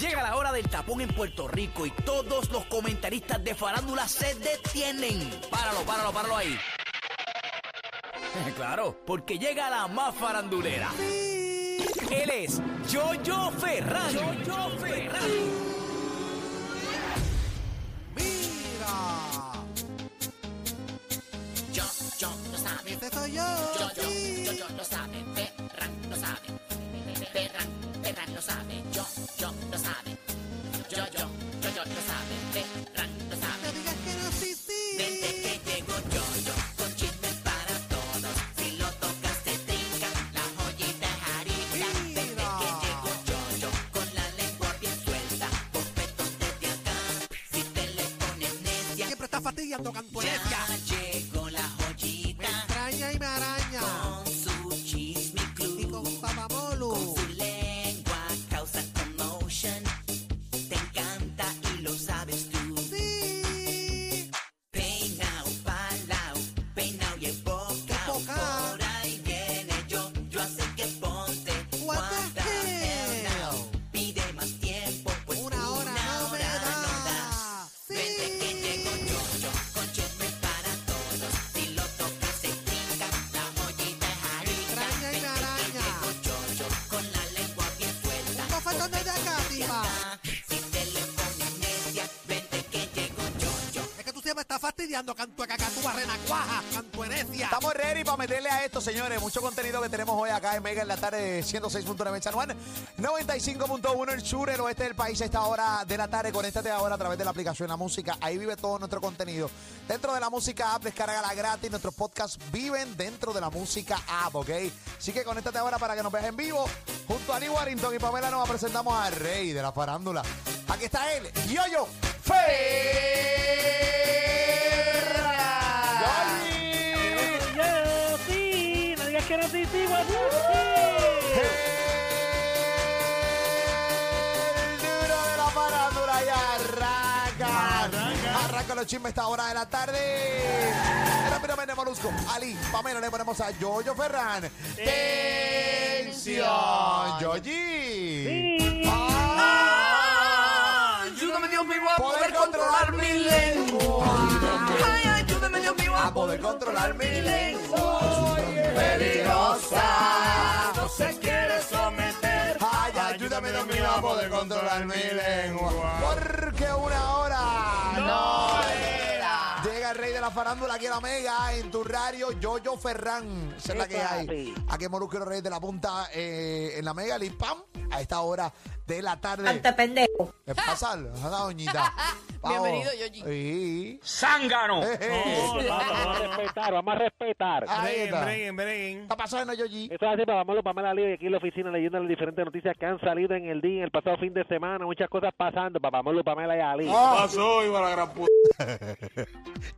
Llega la hora del tapón en Puerto Rico y todos los comentaristas de farándula se detienen. Páralo, páralo, páralo ahí. Claro, porque llega la más farandulera. Él es Jojo Ferran. Jojo Ferran. Mira, Yo, yo, lo sabe. este soy yo. Yo, yo, yo, yo, lo sabe. Ferran, lo sabe. Ferran, Ferran, lo sabe. Yo, yo, lo sabe. Yo, yo, yo, yo, lo sabe. Ferran, lo sabe. No digas que no, sí, sí. Desde que llegó yo, yo, con chismes para todos. Si lo tocas te trinca, la joyita es harina. Desde que llegó yo, yo, con la lengua bien suelta. Bofetos desde acá, si te le pones necia. Siempre está fastidiando cantuecia. Ya llegó la Me joyita. extraña y me araña. Con su chisme club. Y con papamolo. Su lengua causa commotion. Te encanta y lo sabes tú. Sí, Peinao, palao, peinao y embocao. Embocao. Por ahí viene yo, yo así que ponte. What the guarda, hell? hell no. Pide más tiempo, pues una hora no me da. Vente que Sí, llego yo, yo, con chisme para todos. Si lo tocas se pica, la joyita es harina. extraña y me araña. Yo, yo, con la lengua bien suelta. Un bofetón desde acá, tipa. Si te le pones necia, vente que llego yo, yo. Es que tú siempre estás fastidiando cantueca, cacatúa, renacuaja, cantuenecia. Estamos ready para meterle a esto, señores. Mucho contenido que tenemos hoy acá en Mega en la tarde 106.9 en San Juan, 95.1 el sur, el oeste del país a esta hora de la tarde. Conéctate ahora a través de la aplicación La Música. Ahí vive todo nuestro contenido. Dentro de la Música App, descárgala gratis. Nuestros podcasts viven dentro de la Música App, ¿ok? Así que conéctate ahora para que nos veas en vivo. Junto a Lee Warrington y Pamela nos presentamos al rey de la farándula. Aquí está él, Yoyo Ferra. Yo sí, no digas que no sí, sí, guapo, sí. El duro de la farándula y arranca. Arranca. los chismes a esta hora de la tarde. Pero mírame de Molusco, Ali, Pamela, le ponemos a Yoyo Ferran. ¡Tensión! ¡Yoyi! ¡Ah! Ayúdame, Dios mío, a Poder controlar mi lengua. Ay, ayúdame, Dios mío, A poder controlar mi lengua. peligrosa. No se quiere someter. Ay, ayúdame, Dios mío, a poder controlar mi lengua. Porque una hora no era. Llega el rey de la farándula aquí a la mega en tu radio, Yoyo Ferran. Esa es la que hay. Aquí en Molusco, el rey de la punta eh, en la mega, Lipam, a esta hora de la tarde. Ante pendejo. Es pasar, es la doñita. Bienvenido, Yoyi. Sí. Eh, zángano. Ahí No, Pablo, vamos a respetar, vamos a respetar. está. ¿Qué Breguen, breguen. está pasando, Yoyi? Eso es así, para Pamela para Libre, aquí en la oficina leyendo las diferentes noticias que han salido en el día, en el pasado fin de semana, muchas cosas pasando, papá Molo, Pamela y Ali. Pasó, iba la gran puta.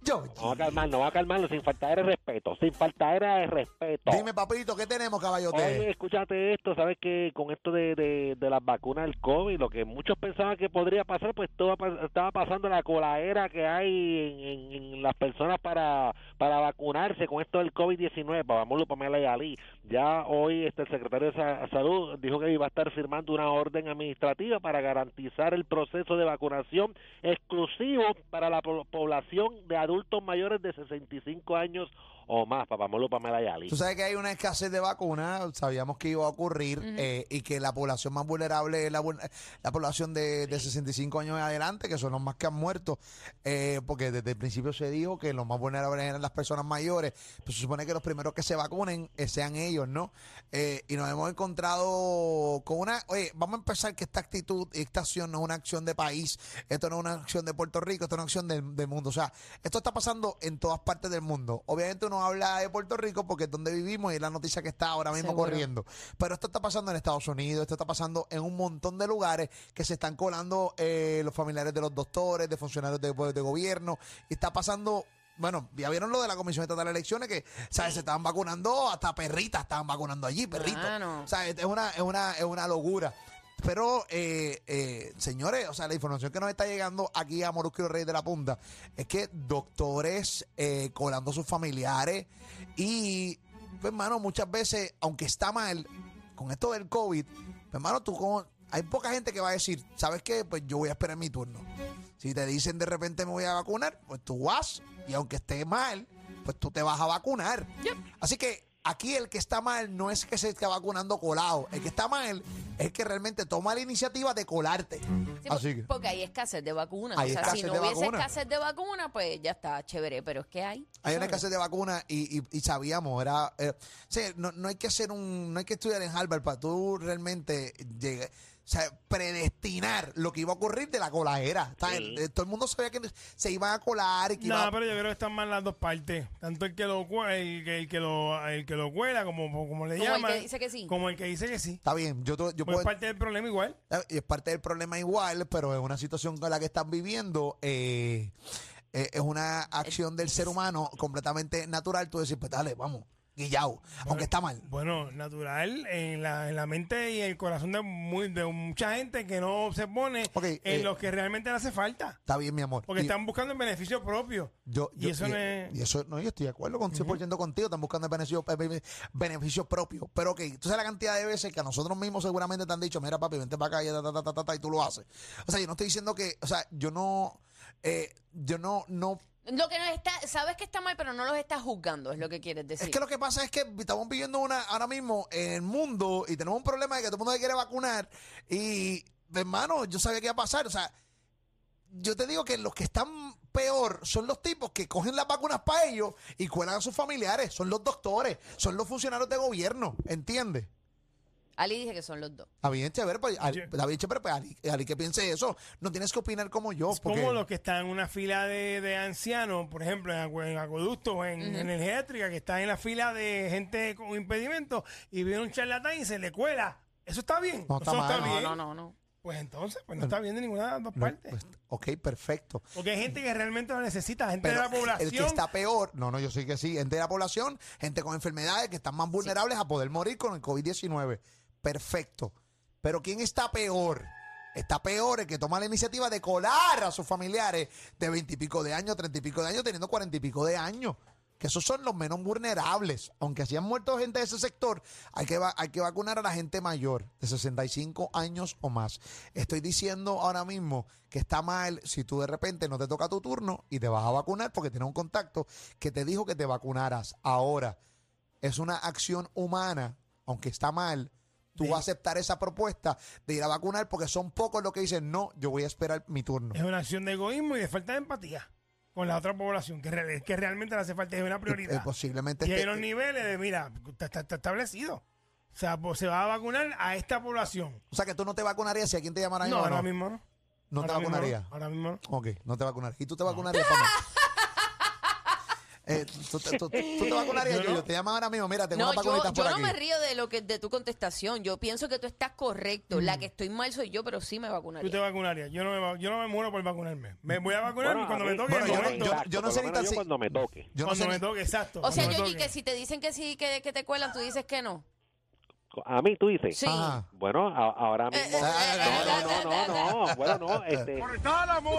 Yoyi. Vamos a calmarnos, vamos a calmarnos, sin faltar de respeto, sin faltar de respeto. Dime, papito, ¿qué tenemos, caballote? Oye, escúchate esto, ¿sabes que Con esto de, de, de las vacunas del COVID, lo que muchos pensaban que podría pasar, pues todo pa- estaba pasando la coladera que hay en, en- en las personas para, para vacunarse con esto del COVID-19, Pabamolo, Pamela y Ali. Ya hoy este, el secretario de Sa- Salud dijo que iba a estar firmando una orden administrativa para garantizar el proceso de vacunación exclusivo para la po- población de adultos mayores de 65 años o más, Pabamolo, Pamela y Ali. Tú sabes que hay una escasez de vacunas, sabíamos que iba a ocurrir eh, y que la población más vulnerable es la, vul- la población de, de 65 años en adelante, que son los más que han muerto, eh, porque desde el principio se dijo que los más vulnerables eran las personas mayores, pues se supone que los primeros que se vacunen eh, sean ellos, ¿no? Eh, y nos hemos encontrado con una, oye, vamos a empezar que esta actitud, esta acción no es una acción de país, esto no es una acción de Puerto Rico, esto no es una acción del, del mundo, o sea, esto está pasando en todas partes del mundo. Obviamente uno habla de Puerto Rico porque es donde vivimos y es la noticia que está ahora mismo Seguro. corriendo, pero esto está pasando en Estados Unidos, esto está pasando en un montón de lugares que se están colando eh, los familiares de los doctores, de funcionarios de, de gobierno, y está pasando bueno, ya vieron lo de la Comisión Estatal de Elecciones que, ¿sabes? Se estaban vacunando, hasta perritas estaban vacunando allí, perritos. Mano. O sea, es es una, es una, es una locura. Pero, eh, eh, señores, o sea, la información que nos está llegando aquí a Molusco Rey de la Punta es que doctores eh, colando a sus familiares y, pues, hermano, muchas veces, aunque está mal, con esto del COVID, pues, hermano, tú como... Hay poca gente que va a decir, ¿sabes qué? Pues yo voy a esperar mi turno. Si te dicen de repente me voy a vacunar, pues tú vas y aunque esté mal, pues tú te vas a vacunar. Así que aquí el que está mal no es que se esté vacunando colado, el que está mal es el que realmente toma la iniciativa de colarte. pues, Sí, Así por- que Porque hay escasez de vacunas. Hay o sea, si escasez no de hubiese vacunas. escasez de vacunas, pues ya está, chévere. Pero es que hay. hay una escasez de vacunas y, y- y sabíamos, era, eh, o sea, no, no hay que hacer un, no hay que estudiar en Harvard para tú realmente llegar. O sea, predestinar lo que iba a ocurrir de la coladera. O sea, el- eh, Todo el mundo sabía que se iban a colar y que iba No, a- pero yo creo que están mal las dos partes. Tanto el que lo cue- el que, el que lo el que lo cuela como como le Como el llaman, que dice que sí. como el que dice que sí. Está bien, yo, to- yo Pues puedo... es parte del problema igual. Eh, Y es parte del problema igual, pero es una situación con la que están viviendo. eh, eh, es una acción del ser humano completamente natural. Tú decís, pues dale, vamos, guillao, aunque está mal. Bueno, natural en la, en la mente y el corazón de muy de mucha gente que no se pone Ok, en eh, los que realmente le hace falta. Está bien, mi amor. Porque Y- están buscando el beneficio propio. Yo, y yo- eso no es- y eso- no, yo estoy de acuerdo con 100% contigo. Están buscando el beneficio, eh, bene- beneficio propio. Pero ok, tú sabes la cantidad de veces que a nosotros mismos seguramente te han dicho, mira papi, vente para acá y, ta, ta, ta, ta, ta, ta", y tú lo haces. O sea, yo no estoy diciendo que, o sea, yo no, eh, yo no, no Lo que no está, sabes que está mal, pero no los estás juzgando, es lo que quieres decir. Es que lo que pasa es que estamos viviendo una, ahora mismo en el mundo y tenemos un problema de que todo el mundo se quiere vacunar. Y, pues, hermano, yo sabía que iba a pasar. O sea, yo te digo que los que están peor son los tipos que cogen las vacunas para ellos y cuelan a sus familiares. Son los doctores, son los funcionarios de gobierno, ¿entiendes? Ali dije que son los dos. Está bien, chévere, pues, Ali, Yo- está bien, chévere, pues, Ali, Ali, que piense eso. No tienes que opinar como yo. Es porque- como los que están en una fila de, de ancianos, por ejemplo, en, acu- en acueductos, en, en energética, que están en la fila de gente con impedimento y viene un charlatán y se le cuela. Eso está bien. No está Eso mal. bien. No, no, no. Pues entonces, pues no está bien de ninguna de las dos No, partes. pues, ok, perfecto. Porque hay gente que realmente lo necesita, gente Pero de la población. el que está peor, no, no, yo sé que sí, gente de la población, gente con enfermedades que están más vulnerables a poder morir con el COVID-19. Perfecto. Pero ¿quién está peor? Está peor el que toma la iniciativa de colar a sus familiares de veintipico de años, treinta y pico de años, teniendo cuarenta y pico de años. Que esos son los menos vulnerables. Aunque si han muerto gente de ese sector, hay que, va- hay que vacunar a la gente mayor, de 65 años o más. Estoy diciendo ahora mismo que está mal si tú de repente no te toca tu turno y te vas a vacunar porque tienes un contacto que te dijo que te vacunaras. Ahora, es una acción humana, aunque está mal. Tú vas a aceptar esa propuesta de ir a vacunar porque son pocos los que dicen, no, yo voy a esperar mi turno. Es una acción de egoísmo y de falta de empatía con la otra población, que, re- que realmente le hace falta, es una prioridad. Eh, posiblemente Y hay esté- los niveles de, mira, está, está- está establecido. O sea, pues, se va a vacunar a esta población. O sea que tú no te vacunarías si alguien te llamara No, o ahora mismo no. No te Ahora mismo vacunarías. Ahora mismo no. Ok, no te vacunarías. ¿Y tú te vacunarías, Pamela? Eh, tú, te- tú- tú te vacunarías, Yo yo, no. yo te llaman ahora mismo, mira, tengo No, unas yo, vacunitas yo por no aquí. me río de lo que de tu contestación. Yo pienso que tú estás correcto. Mm. La que estoy mal soy yo, pero sí me Tú te vacunaría. vacunarías. Yo no me, va- yo no me muero por vacunarme. Me voy a vacunar Bueno, cuando a me mí- toque bueno, el yo- momento. yo- Exacto, yo no por sé lo ni menos tan si- yo cuando me toque. Yo no cuando sé me ni- toque, exacto. O sea, cuando me Yogi, toque. que si te dicen que sí, que, que te cuelan, tú dices que no. A mí tú dices. Sí. Ajá. Bueno, a- ahora mismo. Ah, eh, eh, no, no, no, no, no. Bueno, no, este. Por estar al amor,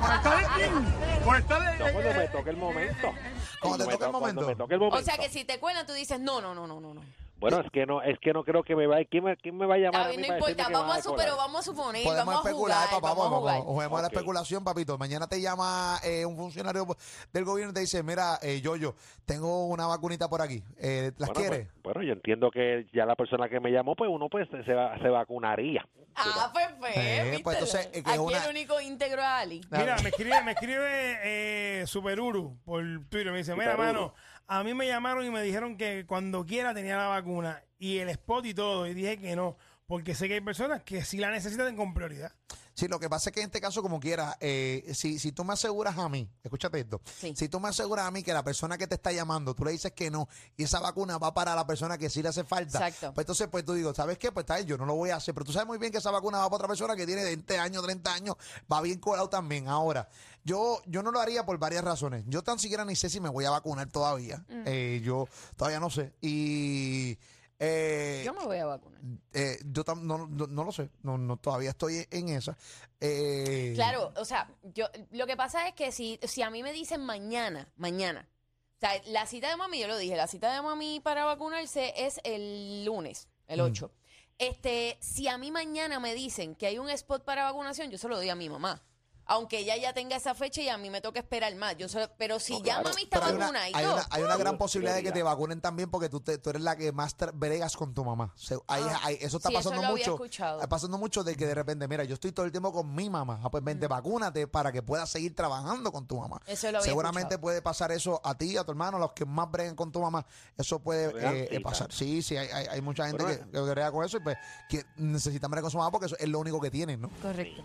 por estar en por estar en- No, cuando me toque el momento. Cuando te toque me el to- cuando momento. me toque el O momento. sea, que si te cuelan, tú dices no, no, no, no, no. no. Bueno, es que no, es que no creo que me vaya. ¿Quién me, quién me va a llamar? Está a mí bien, no para decirme importa, que me vamos van a, su- colar? pero vamos a suponer, Podemos vamos a especular, jugar, papá, vamos a jugar. juguemos a la Ok. especulación, papito. Mañana te llama eh, un funcionario del gobierno y te dice, mira, eh, Yoyo, tengo una vacunita por aquí. Eh, ¿Las Bueno, quieres? pues, bueno, yo entiendo que ya la persona que me llamó, pues uno pues se, va- se vacunaría. Ah, perfecto. Eh, pues, entonces, eh, que Aquí una- el único íntegro es Ali. Mira, me escribe, me escribe eh, Superuru por Twitter. Me dice, mira, Superuru. mano, a mí me llamaron y me dijeron que cuando quiera tenía la vacuna y el spot y todo. Y dije que no, porque sé que hay personas que sí la necesitan con prioridad. Sí, lo que pasa es que en este caso, como quiera, eh, si, si tú me aseguras a mí, escúchate esto, Sí. si tú me aseguras a mí que la persona que te está llamando, tú le dices que no, y esa vacuna va para la persona que sí le hace falta, Exacto. pues entonces pues tú digo, ¿sabes qué? Pues está bien, yo no lo voy a hacer, pero tú sabes muy bien que esa vacuna va para otra persona que tiene 20 años, 30 años, va bien colado también. Ahora, yo, yo no lo haría por varias razones. Yo tan siquiera ni sé si me voy a vacunar todavía. Mm. Eh, yo todavía no sé. Y... eh, Yo me voy a vacunar. eh, yo tam- no, no, no lo sé, no, no, todavía estoy en esa. Eh, Claro, o sea, yo lo que pasa es que si, si a mí me dicen mañana, mañana, o sea, la cita de mami, yo lo dije, la cita de mami para vacunarse es el lunes, Mm. el 8. Este, si a mí mañana me dicen que hay un spot para vacunación, yo se lo doy a mi mamá. Aunque ella ya tenga esa fecha y a mí me toca esperar más. Yo solo- pero si No, ya claro. mami está pero hay una, vacunada y hay todo, una- hay una gran Uh, posibilidad de que te prioridad. vacunen también porque tú, te- tú eres la que más tra- bregas con tu mamá. Se- hay- hay- eso está Ah, sí, eso pasando lo había mucho. escuchado. Está pasando mucho de que de repente, mira, yo estoy todo el tiempo con mi mamá. Ah, pues vente, vacúnate para que puedas seguir trabajando con tu mamá. Mm. Eso lo había Seguramente escuchado. puede pasar eso a ti, a tu hermano, a los que más bregan con tu mamá. Eso puede Bregan, eh, sí, eh, pasar. claro. Sí, sí, hay, hay- hay mucha gente Bueno, que, que brega con eso y pues que necesitan bregar con su mamá porque eso es lo único que tienen, ¿no? correcto.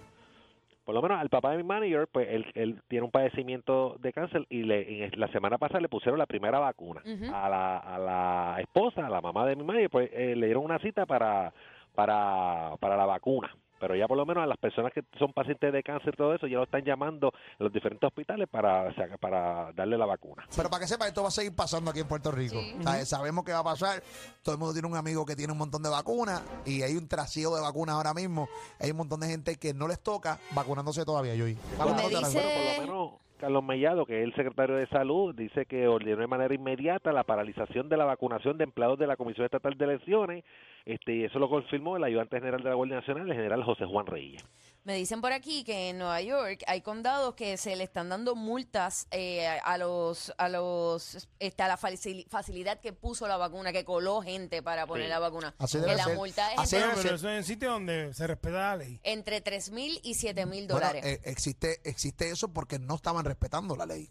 Por lo menos al papá de mi manager, pues él, él tiene un padecimiento de cáncer y, le, y la semana pasada le pusieron la primera vacuna. a, la, a la esposa, a la mamá de mi manager, pues eh, le dieron una cita para, para, para la vacuna. Pero ya por lo menos a las personas que son pacientes de cáncer y todo eso, ya lo están llamando a los diferentes hospitales para, o sea, para darle la vacuna. Pero para que sepa, esto va a seguir pasando aquí en Puerto Rico. Sí. O sea, Sabemos que va a pasar. Todo el mundo tiene un amigo que tiene un montón de vacunas y hay un trasiego de vacunas ahora mismo. Hay un montón de gente que no les toca vacunándose todavía, Joey. Vacunándose me ahora dice- mismo. Bueno, por lo menos Carlos Mellado, que es el secretario de Salud, dice que ordenó de manera inmediata la paralización de la vacunación de empleados de la Comisión Estatal de Elecciones. Este, y eso lo confirmó el ayudante general de la Guardia Nacional, el general José Juan Reyes. Me dicen por aquí que en Nueva York hay condados que se le están dando multas eh, a los a los está la facil- facilidad que puso la vacuna, que coló gente para poner Sí. la vacuna. Así que debe la ser. multa es Así entre, debe Pero, pero ser. eso es en sitio donde se respeta la ley. entre 3 mil y 7 mil Bueno, dólares. eh, existe, existe eso porque no estaban respetando la ley.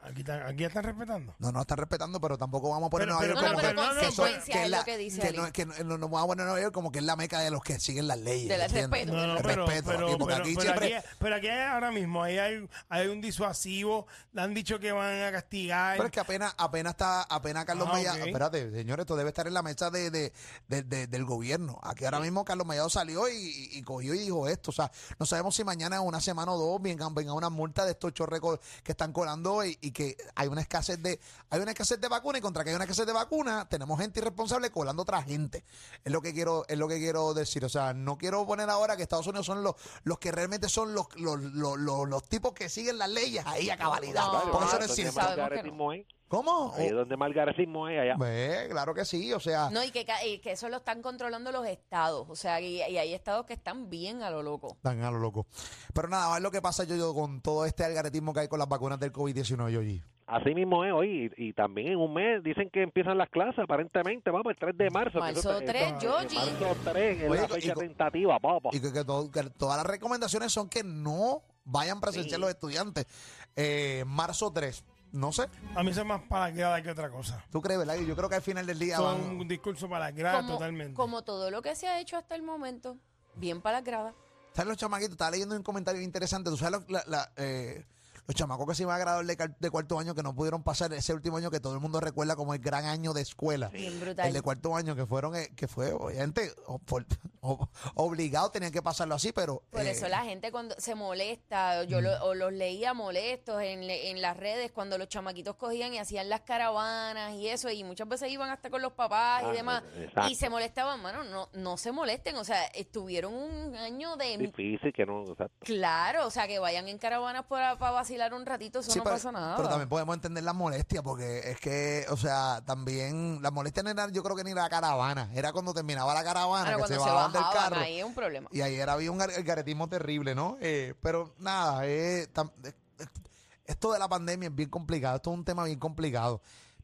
Aquí, están- aquí están respetando. No, no están respetando, pero tampoco vamos a poner Pero- pues, Nueva York pero- No, como pero que, que son- consecuencia que es la- lo que dice que Ali. no- que no- no- no vamos a poner Nueva York como que es la meca de los que siguen las leyes. Del ¿entiendes? respeto. No, no, El pero, respeto, pero, aquí, porque pero- aquí pero siempre- aquí- pero aquí hay ahora mismo ahí hay, hay un disuasivo, le han dicho que van a castigar. Pero es que apenas, apenas está, apenas Carlos Ah, Mellado, ok. espérate, señores, esto debe estar en la mesa de, de- de- de- del gobierno. Aquí ahora mismo Carlos Mellado salió y, y cogió y dijo esto. O sea, no sabemos si mañana en una semana o dos vengan, venga una multa de estos chorrecos que están colando y, y que hay una escasez de, hay una escasez de vacunas y contra que hay una escasez de vacunas, tenemos gente irresponsable colando otra gente. Es lo que quiero, es lo que quiero decir. O sea, no quiero poner ahora que Estados Unidos son los, los que realmente son los, los, los, los- los tipos que siguen las leyes ahí a cabalidad. No, porque eso no no es tiene cierto. Sabemos que no. Malgaretismo es. ¿Cómo? Ahí es donde más algarecismo es allá. Ve, claro que sí, o sea, No, y que, ca- y que eso lo están controlando los estados. O sea, y, y hay estados que están bien a lo loco. tan a lo loco. Pero nada, es lo que pasa yo, yo con todo este algaretismo que hay con las vacunas del COVID-19, Yoyi. Así mismo es hoy. Y, y también en un mes dicen que empiezan las clases, aparentemente. Vamos, el 3 de marzo. que Marzo eso está- 3, eso- Georgie. Marzo 3 es Oye, la y fecha co- tentativa, papá. Y que, que todo- que todas las recomendaciones son que no vayan presenciar Sí. los estudiantes. Eh, marzo 3, no sé, A mí eso es más palaqueada que otra cosa. ¿tú crees, verdad? Yo creo que al final del día Son van- un discurso palaqueado Como, totalmente. como todo lo que se ha hecho hasta el momento, bien para la grada. ¿Sabes los chamaquitos? Estaba leyendo un comentario interesante. ¿Tú sabes lo- la- la, eh, los chamacos que se iban a graduar de, cal- de cuarto año que no pudieron pasar ese último año que todo el mundo recuerda como el gran año de escuela? Bien brutal. El de cuarto año que fueron, eh, que fue obviamente o- por- o- obligado, tenían que pasarlo así, pero... Por eh, eso la gente cuando se molesta, yo lo- o los leía molestos en, le- en las redes cuando los chamaquitos cogían y hacían las caravanas y eso, y muchas veces iban hasta con los papás Ah, y demás, exacto. y se molestaban, mano, no, no se molesten, o sea, estuvieron un año de... Difícil que no. exacto. Claro, o sea, que vayan en caravanas para, para vacilar vacilar un ratito, eso Sí, no pero, pasa nada. pero también podemos entender las molestias, porque es que, o sea, también las molestias no eran, yo creo que ni la caravana, era cuando terminaba la caravana, Ahora, que cuando se se bajaban bajaban, del carro. ahí es un problema. Y ayer había un gar- garetismo terrible, ¿no? Eh, pero nada, eh, tam- eh, eh, esto de la pandemia es bien complicado, esto es un tema bien complicado.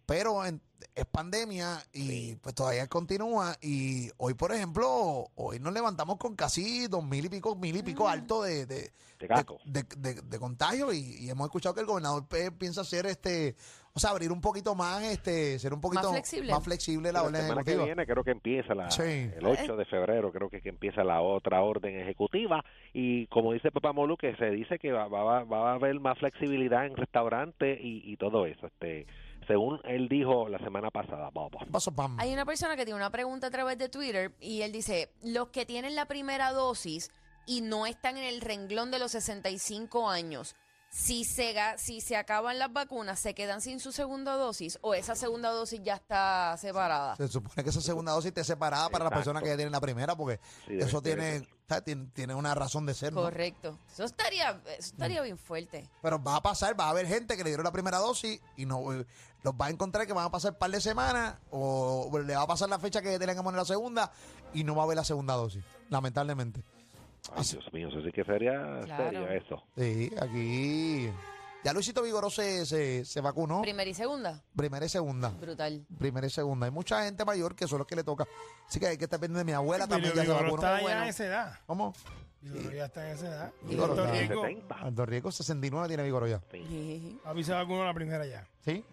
Pero en- es pandemia y pues todavía continúa. Y hoy, por ejemplo, hoy nos levantamos con casi dos mil y pico, mil y pico alto de, de, De caco. de, de- de contagio. Y, y hemos escuchado que el gobernador eh, piensa hacer este, o sea, abrir un poquito más, este, ser un poquito flexible. más flexible la orden semana que ejecutiva. viene creo que empieza la, Sí. el 8 de febrero, creo que, que empieza la otra orden ejecutiva y como dice Papá Molu que se dice que va, va, va a haber más flexibilidad en restaurantes y, y todo eso, este según él dijo la semana pasada, vamos. Paso, pam. Hay una persona que tiene una pregunta a través de Twitter y él dice, los que tienen la primera dosis y no están en el renglón de los 65 años, si se, ga- si se acaban las vacunas, ¿se quedan sin su segunda dosis o esa segunda dosis ya está separada? Se supone que esa segunda dosis esté separada para las Exacto. personas que ya tienen la primera, porque Sí, debe- eso debe tiene, ¿sabes? tiene, tiene una razón de ser. ¿no? Correcto. Eso estaría, eso estaría Mm. bien fuerte. Pero va a pasar, va a haber gente que le dieron la primera dosis y no eh, los va a encontrar que van a pasar un par de semanas o o le va a pasar la fecha que tienen que poner la segunda y no va a haber la segunda dosis, lamentablemente. Ay, Dios mío, eso sí que sería Claro. serio eso. Sí, aquí. Ya Luisito Vigoró se, se, se vacunó, Primera y segunda. primera y segunda. Brutal. Primera y segunda. Hay mucha gente mayor que son los que le toca. Así que hay que estar pendiente de mi abuela Pero también. Ya se Vigoró vacunó. está ya Bueno. en esa edad. ¿Cómo? Vigoró ya está en esa edad. Vigoró Puerto está- Rico. 70. Aldo Riego, 69 tiene Vigoró ya. Papi se vacunó la primera ya. ¿Sí?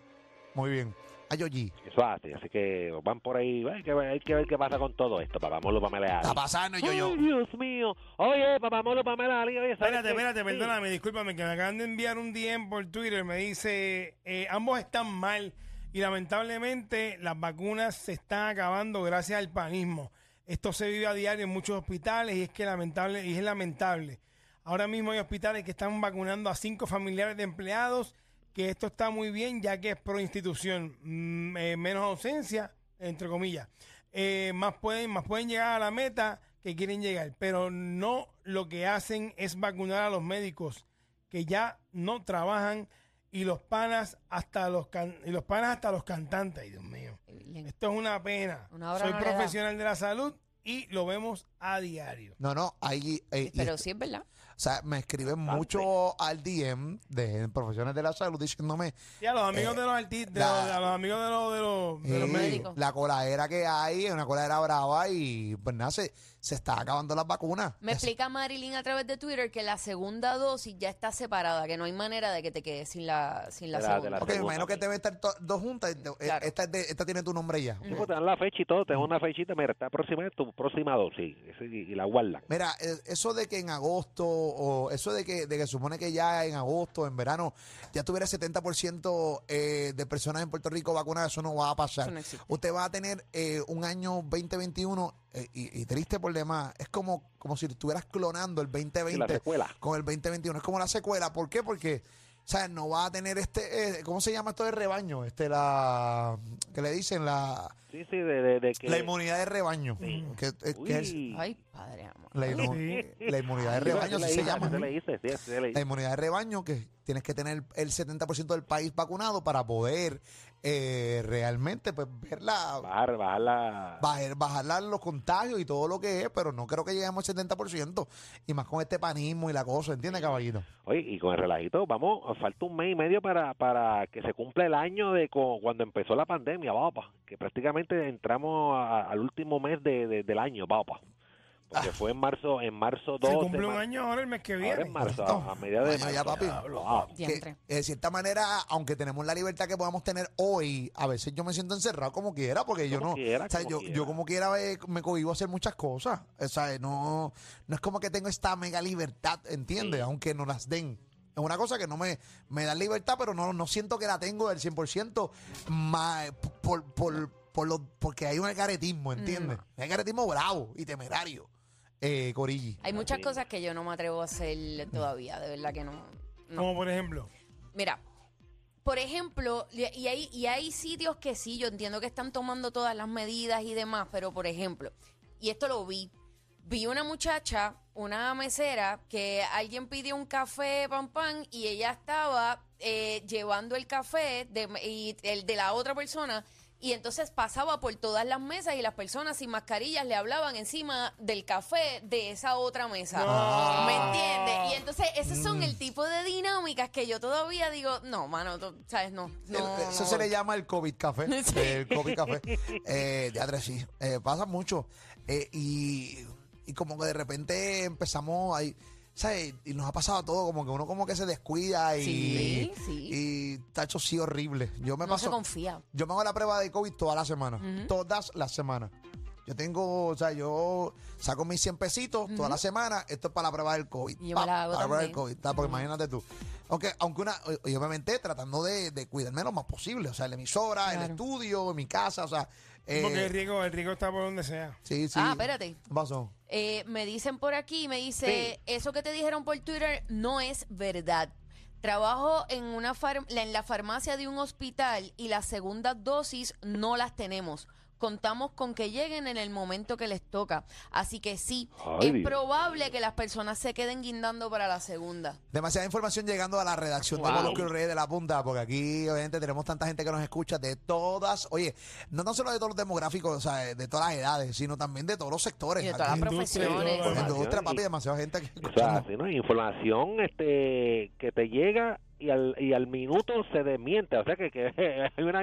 Muy bien. Ayoyi. Eso hace, así que van por ahí, hay que, ver- hay que ver qué pasa con todo esto, Papá Molu, Pamela Ali. Está pasando, yo, yo. Ay, Dios mío. Oye, Papá Molu, Pamela Ali, oye, ¿sabes Espérate, qué? espérate, Sí. perdóname, discúlpame, que me acaban de enviar un DM por Twitter. Me dice, eh, ambos están mal y lamentablemente las vacunas se están acabando gracias al panismo. Esto se vive a diario en muchos hospitales y es que lamentable, y es lamentable. Ahora mismo hay hospitales que están vacunando a cinco familiares de empleados, que esto está muy bien ya que es pro institución, Mm, eh, menos ausencia, entre comillas. Eh, más, pueden, más pueden llegar a la meta que quieren llegar, pero no lo que hacen es vacunar a los médicos que ya no trabajan y los panas hasta los can- y los panas hasta los cantantes, ay Dios mío. Esto es una pena. Una hora Soy no le da. profesional de la salud y lo vemos a diario. No, no, ahí. eh, y Pero esto- sí es verdad. o sea, me escriben mucho al DM de profesiones de la salud diciéndome Y a los amigos de los artistas, de Eh, la- los- a los amigos de los, de los, de los eh, médicos. la coladera que hay, es una coladera brava y pues nada, se, se está acabando las vacunas. Me Es- explica Marilyn a través de Twitter que la segunda dosis ya está separada, que no hay manera de que te quedes sin la, sin la De la- de segunda. la- Ok, me segunda, imagino que sí. debe estar to- dos juntas. eh, Claro. Esta, es de- esta tiene tu nombre ya. Sí, pues, te dan la fecha y todo, te dan una fechita, mira, está próxima es tu próxima dosis ese- y, y la guardan. Mira, eh, eso de que en agosto, o eso de que, de que supone que ya en agosto, en verano, ya tuviera 70% eh, de personas en Puerto Rico vacunadas, eso no va a pasar. Eso no existe. Usted va a tener eh, un año 2021 eh, y, y triste por demás. Es como, como si estuvieras clonando el Y la 2020 secuela. con el 2021. Es como la secuela. ¿Por qué? Porque, o sea, no va a tener este, eh, ¿cómo se llama esto de rebaño? Este, la, que le dicen la, Sí, sí, de, de- de que... la inmunidad de rebaño. Que, eh, que es- Uy. Ay, padre amor. la, inmu- la inmunidad de Sí, rebaño, sí así se le hice, llama. sí le hice, sí, sí le hice. La inmunidad de rebaño, que tienes que tener el 70% del país vacunado para poder eh, realmente pues, ver la, Bajar, bajar la... bajar, bajar la- los contagios y todo lo que es, pero no creo que lleguemos al 70%, y más con este panismo y la cosa, ¿entiendes, caballito? Oye, y con el relajito, vamos, falta un mes y medio para, para que se cumpla el año de cu- cuando empezó la pandemia, papá. Que prácticamente entramos a- al último mes de, de- del año, papá. Porque Ah. fue en marzo, en marzo 2. Se cumple un año ahora el mes que viene. Ahora en marzo, a, a mediados de Vaya ya, marzo. papi. Wow. Diantre. Que, eh, de cierta manera, aunque tenemos la libertad que podamos tener hoy, a veces yo me siento encerrado como quiera, porque yo Como no. quiera, o sea, como yo, quiera. yo como quiera eh, me cohibo a hacer muchas cosas. O sea, no, no es como que tengo esta mega libertad, ¿entiendes? Aunque no las den. Es una cosa que no me, me da libertad, pero no, no siento que la tengo del 100% más por, por, por lo, porque hay un algaretismo, ¿entiendes? Hay algaretismo bravo y temerario, eh, Corilli. Hay muchas cosas que yo no me atrevo a hacer todavía, de verdad que no. no. Como por ejemplo, Mira, por ejemplo, y y hay, y hay sitios que sí, yo entiendo que están tomando todas las medidas y demás, pero por ejemplo, y esto lo vi, vi una muchacha, una mesera, que alguien pidió un café pan pan y ella estaba eh, llevando el café de, y el de la otra persona y entonces pasaba por todas las mesas y las personas sin mascarillas le hablaban encima del café de esa otra mesa. No. ¿Me entiendes? Y entonces esos Mm. son el tipo de dinámicas que yo todavía digo, no, mano, tú- ¿sabes? No, no. El- Eso no se voy". le llama el COVID café. El COVID café. Eh, de atrás sí. Eh, pasa mucho. Eh, y, y como que de repente empezamos ahí. ¿Sabes? Y nos ha pasado todo, como que uno como que se descuida y. Sí, sí. Y tacho sí horrible. Yo me No se paso. confía. Yo me hago la prueba de COVID todas las semanas. Todas las semanas. Yo tengo, o sea, yo saco mis 100 pesitos todas las semanas. Esto es para la prueba del COVID. Yo me Pa, la hago Para la prueba también. del COVID. ta, Porque imagínate tú. Aunque, aunque una, o- y obviamente tratando de, de cuidarme lo más posible. O sea, la emisora, el Claro. estudio, mi casa, o sea. eh, Porque el rico, el rico está por donde sea. sí, sí. Ah, espérate. ¿Qué pasó? Eh, me dicen por aquí, me dice, eso que te dijeron por Twitter no es verdad. Trabajo en, una far- la- en la farmacia de un hospital y las segundas dosis no las tenemos. Contamos con que lleguen en el momento que les toca. Así que sí, Ay, es Dios. probable que las personas se queden guindando para la segunda. Demasiada información llegando a la redacción de Wow. Coloquio Reyes de la Punta, porque aquí obviamente tenemos tanta gente que nos escucha de todas, oye, no tan solo de todos los demográficos, o sea, de todas las edades, sino también de todos los sectores. Y de todas las Aquí. Industria y profesiones. todas las- Industria, papi, demasiada gente aquí. O sea, así, ¿no? Información este, que te llega y al, y al minuto se desmiente. O sea, que, que hay una...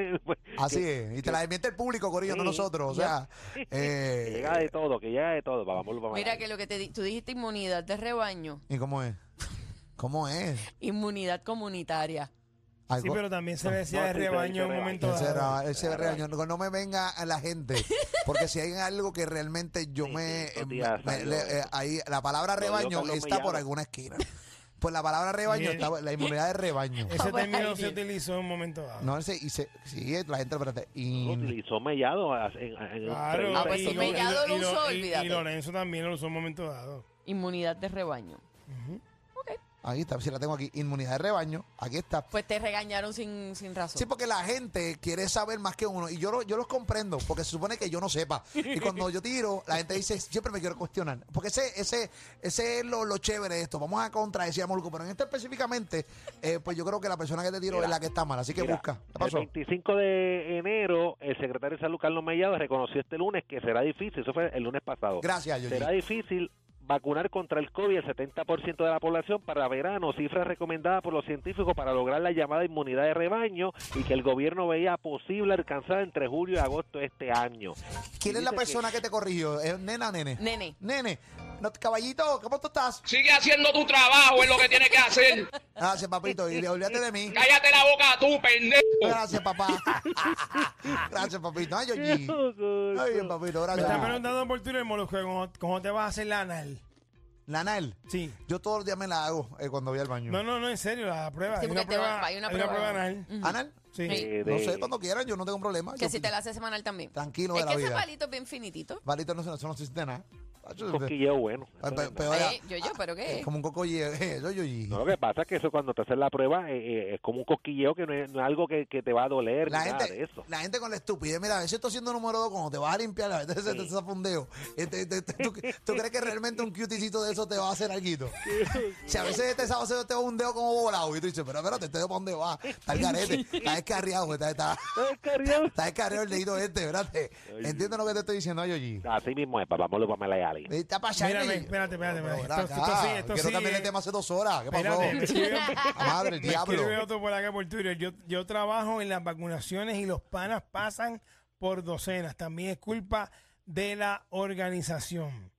Así que- es, y te la desmiente el público, Corillo, no Sí. nosotros, o sea, Que eh, llega de todo, que llega de todo. Vamos, vamos. Mira que lo que te di- tú dijiste inmunidad de rebaño, ¿y cómo es? ¿Cómo es? inmunidad comunitaria. Sí, Algo- pero también se No. le decía de rebaño en un momento Ese dado. era- ese rebaño. No, no me venga a la gente. Porque si hay algo que realmente yo me. eh, estos me- días me- salió le- eso. eh, ahí, la palabra Lo dijo rebaño Carlos está por Mellado. alguna esquina. Pues la palabra rebaño Sí. está. La inmunidad de rebaño. Ese término se utilizó en un momento dado. No, ese. Y se, sí, la gente. Espérate. Y, Utilizó Mellado en, en Claro, entrevistas. pues, y lo- Ah, y pues, Mellado lo y usó, y- olvídate. Y Lorenzo también lo usó en un momento dado. Inmunidad de rebaño. ahí está. Si la tengo aquí. Inmunidad de rebaño. Aquí está. Pues te regañaron sin, sin razón. Sí, porque la gente quiere saber más que uno. Y yo, lo- yo los comprendo, porque se supone que yo no sepa. Y cuando yo tiro, la gente dice, siempre me quiero cuestionar. Porque ese, ese, ese es lo, lo chévere de esto. Vamos a contradecir a Molusco. Pero en este específicamente, eh, pues yo creo que la persona que te tiro Mira, es la que está mal. Así que Mira, busca. ¿Qué El pasó? 25 de enero, el secretario de Salud, Carlos Mellado, reconoció este lunes que será difícil, eso fue el lunes pasado. Gracias, Yoyi. Será difícil vacunar contra el COVID el 70% de la población para verano, cifra recomendada por los científicos para lograr la llamada inmunidad de rebaño y que el gobierno veía posible alcanzar entre julio y agosto de este año. ¿Quién es la dice persona que te corrigió? ¿Es nena o nene? Nene. Nene. No, caballito, ¿cómo tú estás? Sigue haciendo tu trabajo, es lo que tienes que hacer. Gracias, papito. Y olvídate de mí. Cállate la boca tú, pendejo. Gracias, papá. Gracias, papito. Ay, Yoyi. Ay, bien, papito. Me Gracias. están preguntando por Twitter, Molusco, ¿cómo, cómo te vas a hacer la anal? ¿La anal? Sí. Yo todos los días me la hago eh, cuando voy al baño. No, no, no, en serio, la prueba. Sí, hay, una porque te va- prueba hay una hay una prueba. prueba anal. Ujú. ¿Anal? Sí. Eh, Sí. No sé, cuando quieran, yo no tengo problema. Que Yo- si te la hace semanal también. Tranquilo es de la que ese vida. palito es bien finitito. Palito no, se- eso no existe nada. Tacho, Cosquilleo bueno. pe- pe- peor era- Eh, yo, yo, pero qué. es como un cocolleo. eh, yo, yo, yo. No, lo que pasa es que eso cuando te hacen la prueba eh, eh, es como un cosquilleo que no es, no es algo que, que te va a doler La ni nada de gente, eso. la gente con la estupidez, mira, a veces estoy haciendo número dos, cuando te vas a limpiar, a veces se te zafundeo. Este, este, este, ¿tú, tú crees que realmente un cuticito de eso te va a hacer algo? Si a veces este sábado te va un dedo como volado y tú dices, pero espérate, este dedo para dónde va, está el carete, está descarriado, está, está, está descarriado el dedito este, espérate. ¿Entiendes lo que te estoy diciendo, Yoyi? Así mismo es, papá, vamos a la Yali. Está para allá, Mírame, Yoyi. espérate, espérate, Pero espérate. ven Esto, esto acá, sí, esto Quiero sí cambiar es- el tema hace dos horas. ¿Qué pasó? Espérate, me escribió- A madre, el me escribe diablo. otro por acá por Twitter. Yo, yo trabajo en las vacunaciones y los panas pasan por docenas. También es culpa de la organización.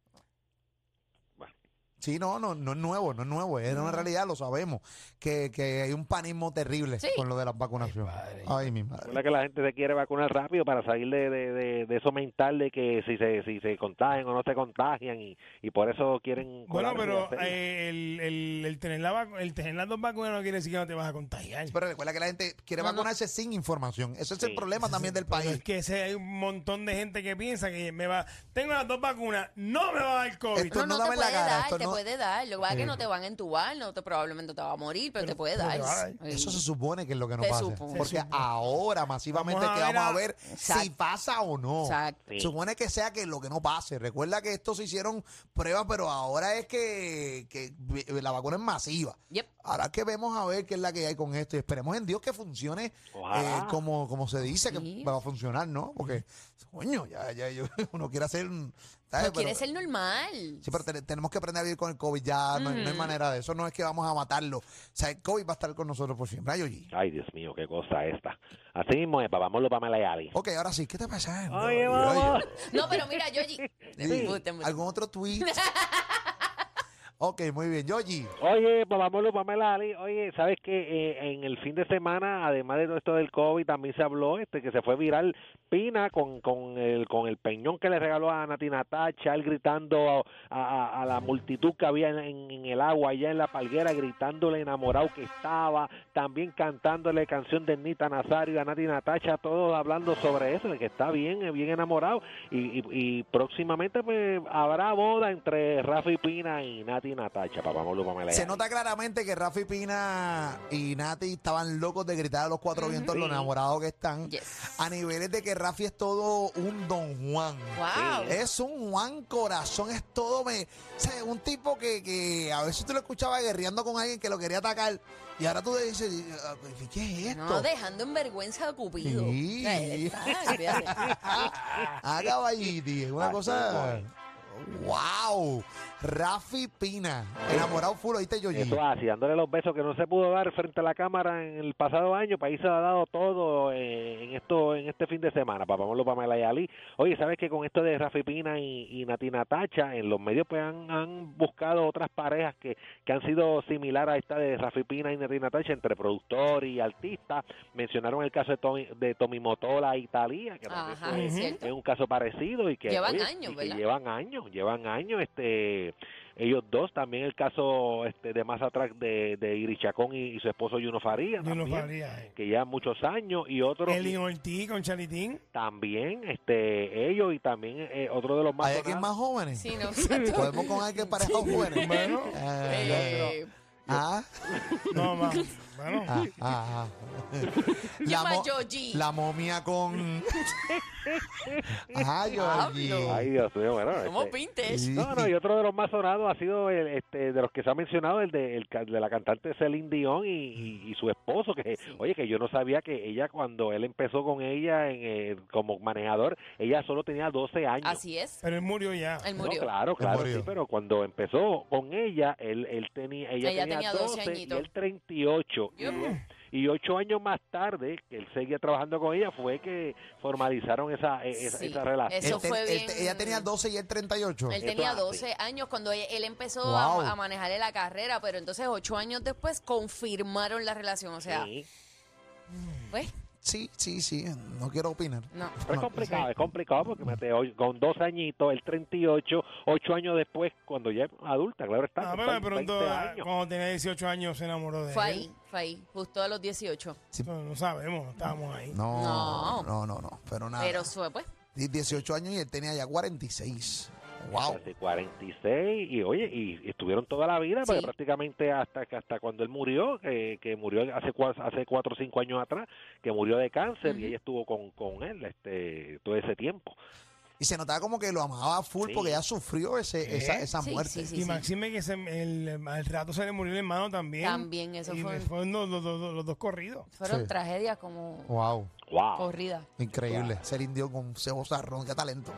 Sí, no, no, no es nuevo, no es nuevo. Es Mm. una realidad, lo sabemos. Que, que hay un panismo terrible Sí. con lo de las vacunaciones. Ay, mi madre. Recuerda que la gente se quiere vacunar rápido para salir de, de, de, de eso mental de que si se, si se contagian o no se contagian y, y por eso quieren... Bueno, colarse y pero hacer- eh, el, el- el tener la vacu- el tener las dos vacunas no quiere decir que no te vas a contagiar. Pero recuerda que la gente quiere vacunarse sin información. Ese es el problema también del Pero país. es que ese- hay un montón de gente que piensa que me va. Tengo las dos vacunas, no me va a dar COVID. Esto No, no no, te dame la puede cara, dar, esto te no no- puede dar. Lo que pasa es que Sí. no te van a entubar, no te, probablemente te va a morir, pero, te puede dar. Sí. Eso se supone que es lo que nos Se pasa. supone. Porque Se ahora masivamente Vamos a es que ver vamos a a- ver si Exacto. pasa o no. Exacto. Supone que sea que lo que no pase. Recuerda que esto se hicieron pruebas, pero ahora es que, que la vacuna es masiva. Ahora es que vemos a ver qué es la que hay con esto y esperemos en Dios que funcione Ojalá. eh, como, como se dice que va a funcionar, ¿no? Porque, coño, ya, ya, yo- uno quiere hacer... un- ¿sabes? No quiere Pero- ser normal. Sí, pero ten- tenemos que aprender a vivir con el COVID ya. No, hay- no hay Mm. manera de eso. No es que vamos a matarlo. O sea, el COVID va a estar con nosotros por siempre. Ay, oye. Ay, Dios mío, qué cosa esta. Así mismo es, papá, lo para Malayali. Ok, ahora sí. ¿Qué te pasa? Oye, Ay, vamos. No, pero mira, Yoyi. oye. Sí. ¿Algún otro tweet? ok, muy bien. Yoji. Oye, Babamolo, Pamela Ali, oye, ¿sabes que en el fin de semana, además de todo esto del COVID, también se habló este que se fue viral Pina con, con, el, con el peñón que le regaló a Nati Natacha, él gritando a, a- a la multitud que había en, en- en el agua, allá en la palguera, gritándole enamorado que estaba, también cantándole canción de Nita Nazario a Nati Natacha, todos hablando sobre eso, de que está bien, eh, bien enamorado, y, y- y próximamente pues habrá boda entre Rafi Pina y Nati Natacha, papá Molo, Pamela Se Ali. nota claramente que Rafi Pina y Nati estaban locos de gritar a los cuatro vientos lo enamorados que están. A niveles de que Rafi es todo un don Juan. Wow. Sí. Es un Juan corazón, es todo. Me, o sea, un tipo que, que a veces tú lo escuchabas guerreando con alguien que lo quería atacar. Y ahora tú te dices, "Ah, pues, ¿qué es esto? No, dejando en vergüenza a Cupido. Sí. O sea, está, fíjate. Ah, caballiti, es una Así cosa. ¡Wow! Rafi Pina, enamorado full, ¿oíste, Yoyi? Eso así, dándole los besos que no se pudo dar frente a la cámara en el pasado año, país se ha dado todo eh, en esto en este fin de semana, papá Molo, Pamela y Ali. Oye, ¿sabes que con esto de Rafi Pina y, y Natina Tacha, en los medios pues han, han buscado otras parejas que, que han sido similares a esta de Rafi Pina y Natina Tacha, entre productor y artista. Mencionaron el caso de Tommy, de Tommy Motola y Talía, que también Ajá, fue- es cierto. es un caso parecido y que, Llevan oye, años, y que ¿verdad? llevan años, llevan años este ellos dos, también el caso este, de más atrás de, de Iris Chacón y, y su esposo Juno Faría, Yo no también, faría. eh. que ya muchos años, y otro Eli Ortiz con Charitín. también, este ellos y también eh, otro de los más... ¿Hay alguien más sonados. jóvenes? Sí, no, ¿Podemos con alguien parejado jóvenes? Bueno. Ah, Eh, ah, No, más. Bueno. ah, ah, ah. Llama mo- a Yoyi. la momia con... Ajá, Yoyi. Diablo. Ay, Dios mío, bueno. ¿Cómo este- pintes? No, no, y otro de los más sonados ha sido el, este, de los que se ha mencionado, el de, el ca- de la cantante Celine Dion y, y- y su esposo, que, oye, que yo no sabía que ella, cuando él empezó con ella en, eh, como manejador, ella solo tenía 12 años. Así es. Pero él murió ya. Él No, murió. claro, claro, murió. sí, pero cuando empezó con ella, él, él tenía, ella, Ella tenía, tenía 12 12 y añitos. él 38. Y, Yup. y ocho años más tarde, que él seguía trabajando con ella, fue que formalizaron esa, e- esa, Sí, esa relación. Eso Él te- fue él te- bien- Este, Ella tenía 12 y él 38. Él Eso tenía hace. 12 años cuando e, él, él empezó Wow. a, a manejarle la carrera, pero entonces 8 años después confirmaron la relación. O sea, Sí. pues, Sí, sí, sí. No quiero opinar. no. Pero es complicado, es complicado porque Mateo, con dos añitos, el 38, ocho años después, cuando ya es adulta, claro está. Ah, con pero de 20 pronto, ah, años. cuando tenía 18 años, se enamoró de Fue él. ahí, fue ahí, justo a los 18. No, no sabemos, no estábamos ahí. No, No. no, no, no. Pero Ah. nada. Pero fue, pues, Di- 18 años y él tenía ya 46. Wow. Hace 46 y oye, y, y estuvieron toda la vida, porque Sí. prácticamente hasta que- hasta cuando él murió, que, que murió hace cua- hace 4 o 5 años atrás, que murió de cáncer y ella estuvo con, con él este todo ese tiempo. Y se notaba como que lo amaba full Sí. porque ella sufrió ese, esa, esa Sí, muerte. sí, sí. y Maxime que se- el, al rato se le murió el hermano también. También, eso Y fue- fueron los, los- los- los dos corridos. fueron Sí. tragedias como Wow. Wow. corridas. Increíble. Ser indio con cebo zarrón, qué talento.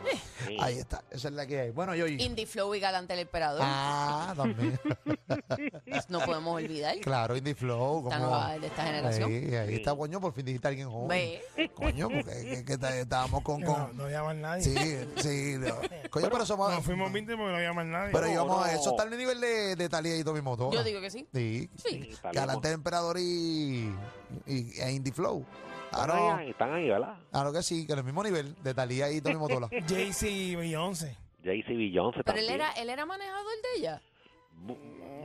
Sí. Ahí está. Esa es la que hay. Bueno, yo. Indie Flow y Galante el Emperador. Ah, también. Ah. No podemos olvidar. claro, Indie Flow. Esta como- nueva de esta generación. Ahí, ahí Sí. está, coño, por fin dijiste a alguien joven. Ve. Coño, porque es que está- estábamos con. Que con- No, no había más nadie. Sí, sí. no. Coño, pero somos. No fuimos 20 porque no había más nadie. Pero No, íbamos a no. eso. Está en el nivel de, de Talía y Tommy Motola. Yo digo que sí. Sí. Sí. Sí, tal vez. Galante de Emperador y, y, e Indie Flow. Ah, están, Claro, ahí, están ahí, ¿verdad? claro que sí, que en el mismo nivel de Talía y Tommy Motola. Jay-Z y Beyoncé. Jay-Z Beyoncé Pero él también. era, él era manejador de ella.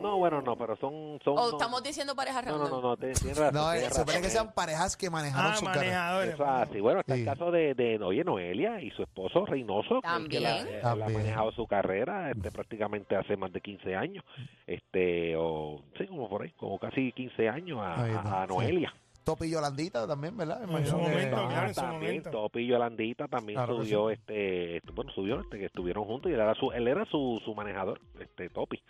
No, bueno, no, pero son... son O no- Oh, estamos diciendo pareja No, no, random. no, no, te- tienes razón. No, eh, tienes se supone razón, que eh. sean parejas que Ah, manejaron su carro. Eso es así. Bueno, está el caso de, de oye, Noelia y su esposo Reynoso, con el que la, También. eh, la ha También. manejado su carrera este, prácticamente hace más de 15 años. este o Sí, como por ahí, como casi 15 años a, Ahí a- está, a sí. Noelia. Topi y Yolandita también, ¿verdad? Imagino que- momento, claro, en su también momento. Topi y Yolandita también Claro que subió sí. este estu- bueno subió este que estuvieron juntos y él era su él era su, su manejador este Topi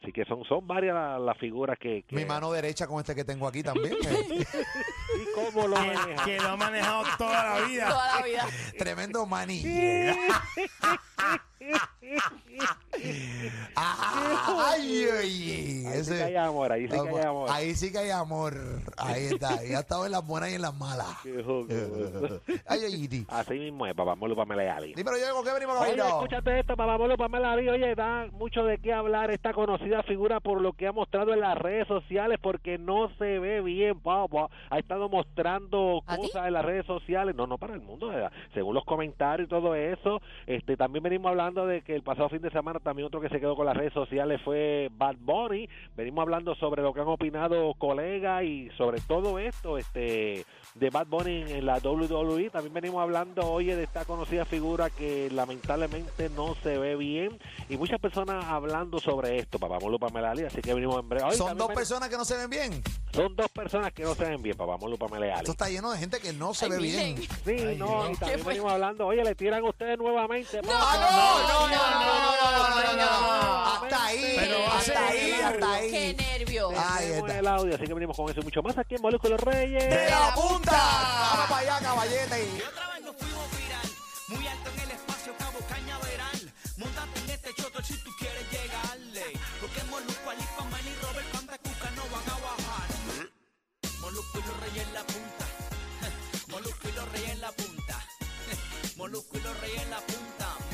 así que son son varias la- las figuras que, que Mi mano derecha con este que tengo aquí también. eh. y cómo lo maneja Que lo ha manejado toda la vida. Toda la vida. Tremendo maní. Ay, oye, ahí sí ese- que hay amor ahí sí que hay amor Ahí sí que hay amor. Ahí está. Ahí ha estado en las buenas y en las malas. Qué joder. Ay, oye, Iti. Así mismo es, papá Molo Pamela y Ali. Dímelo, yo, ¿con qué venimos, Oye, caballero? escúchate esto, papá Molo Pamela y Ali. Oye, da mucho de qué hablar esta conocida figura por lo que ha mostrado en las redes sociales, porque no se ve bien, papá. Ha estado mostrando ¿A ti? cosas en las redes sociales. No, no para el mundo, ¿verdad? según los comentarios y todo eso. Este, también venimos hablando de que el pasado fin de semana también otro que se quedó con las redes sociales fue Bad Bunny. Venimos hablando sobre lo que han opinado colegas y sobre todo esto, este de Bad Bunny en la WWE. También venimos hablando, oye, de esta conocida figura que lamentablemente no se ve bien. Y muchas personas hablando sobre esto, papá Molo Pamela Ali. Así que venimos en breve. Oye, Son también dos ven- personas que no se ven bien. Son dos personas que no se ven bien, papá Molo Pamela Ali. Esto está lleno de gente que no se Ay, ve miren. bien. Sí, no, y también venimos hablando, oye, le tiran a ustedes nuevamente. papá. No, no, no, no, no, no, no, no, no. no. Hasta ahí, Pero va a hasta ser ahí, largo. hasta Qué ahí. nervio. Ah, ahí Tenemos está. el audio, así que venimos con eso y mucho más aquí en Molusco y los Reyes. ¡De la punta! ¡Vamos para allá, caballete! Otra vez nos fuimos viral, muy alto en el espacio, cabo cañaveral. Montate en este choto si tú quieres llegarle. Porque Molusco, Alipa, Man y Robert Panta Cuca no van a bajar. Molusco y los reyes en la punta. Molusco y los reyes en la punta. Molusco y los reyes en la punta.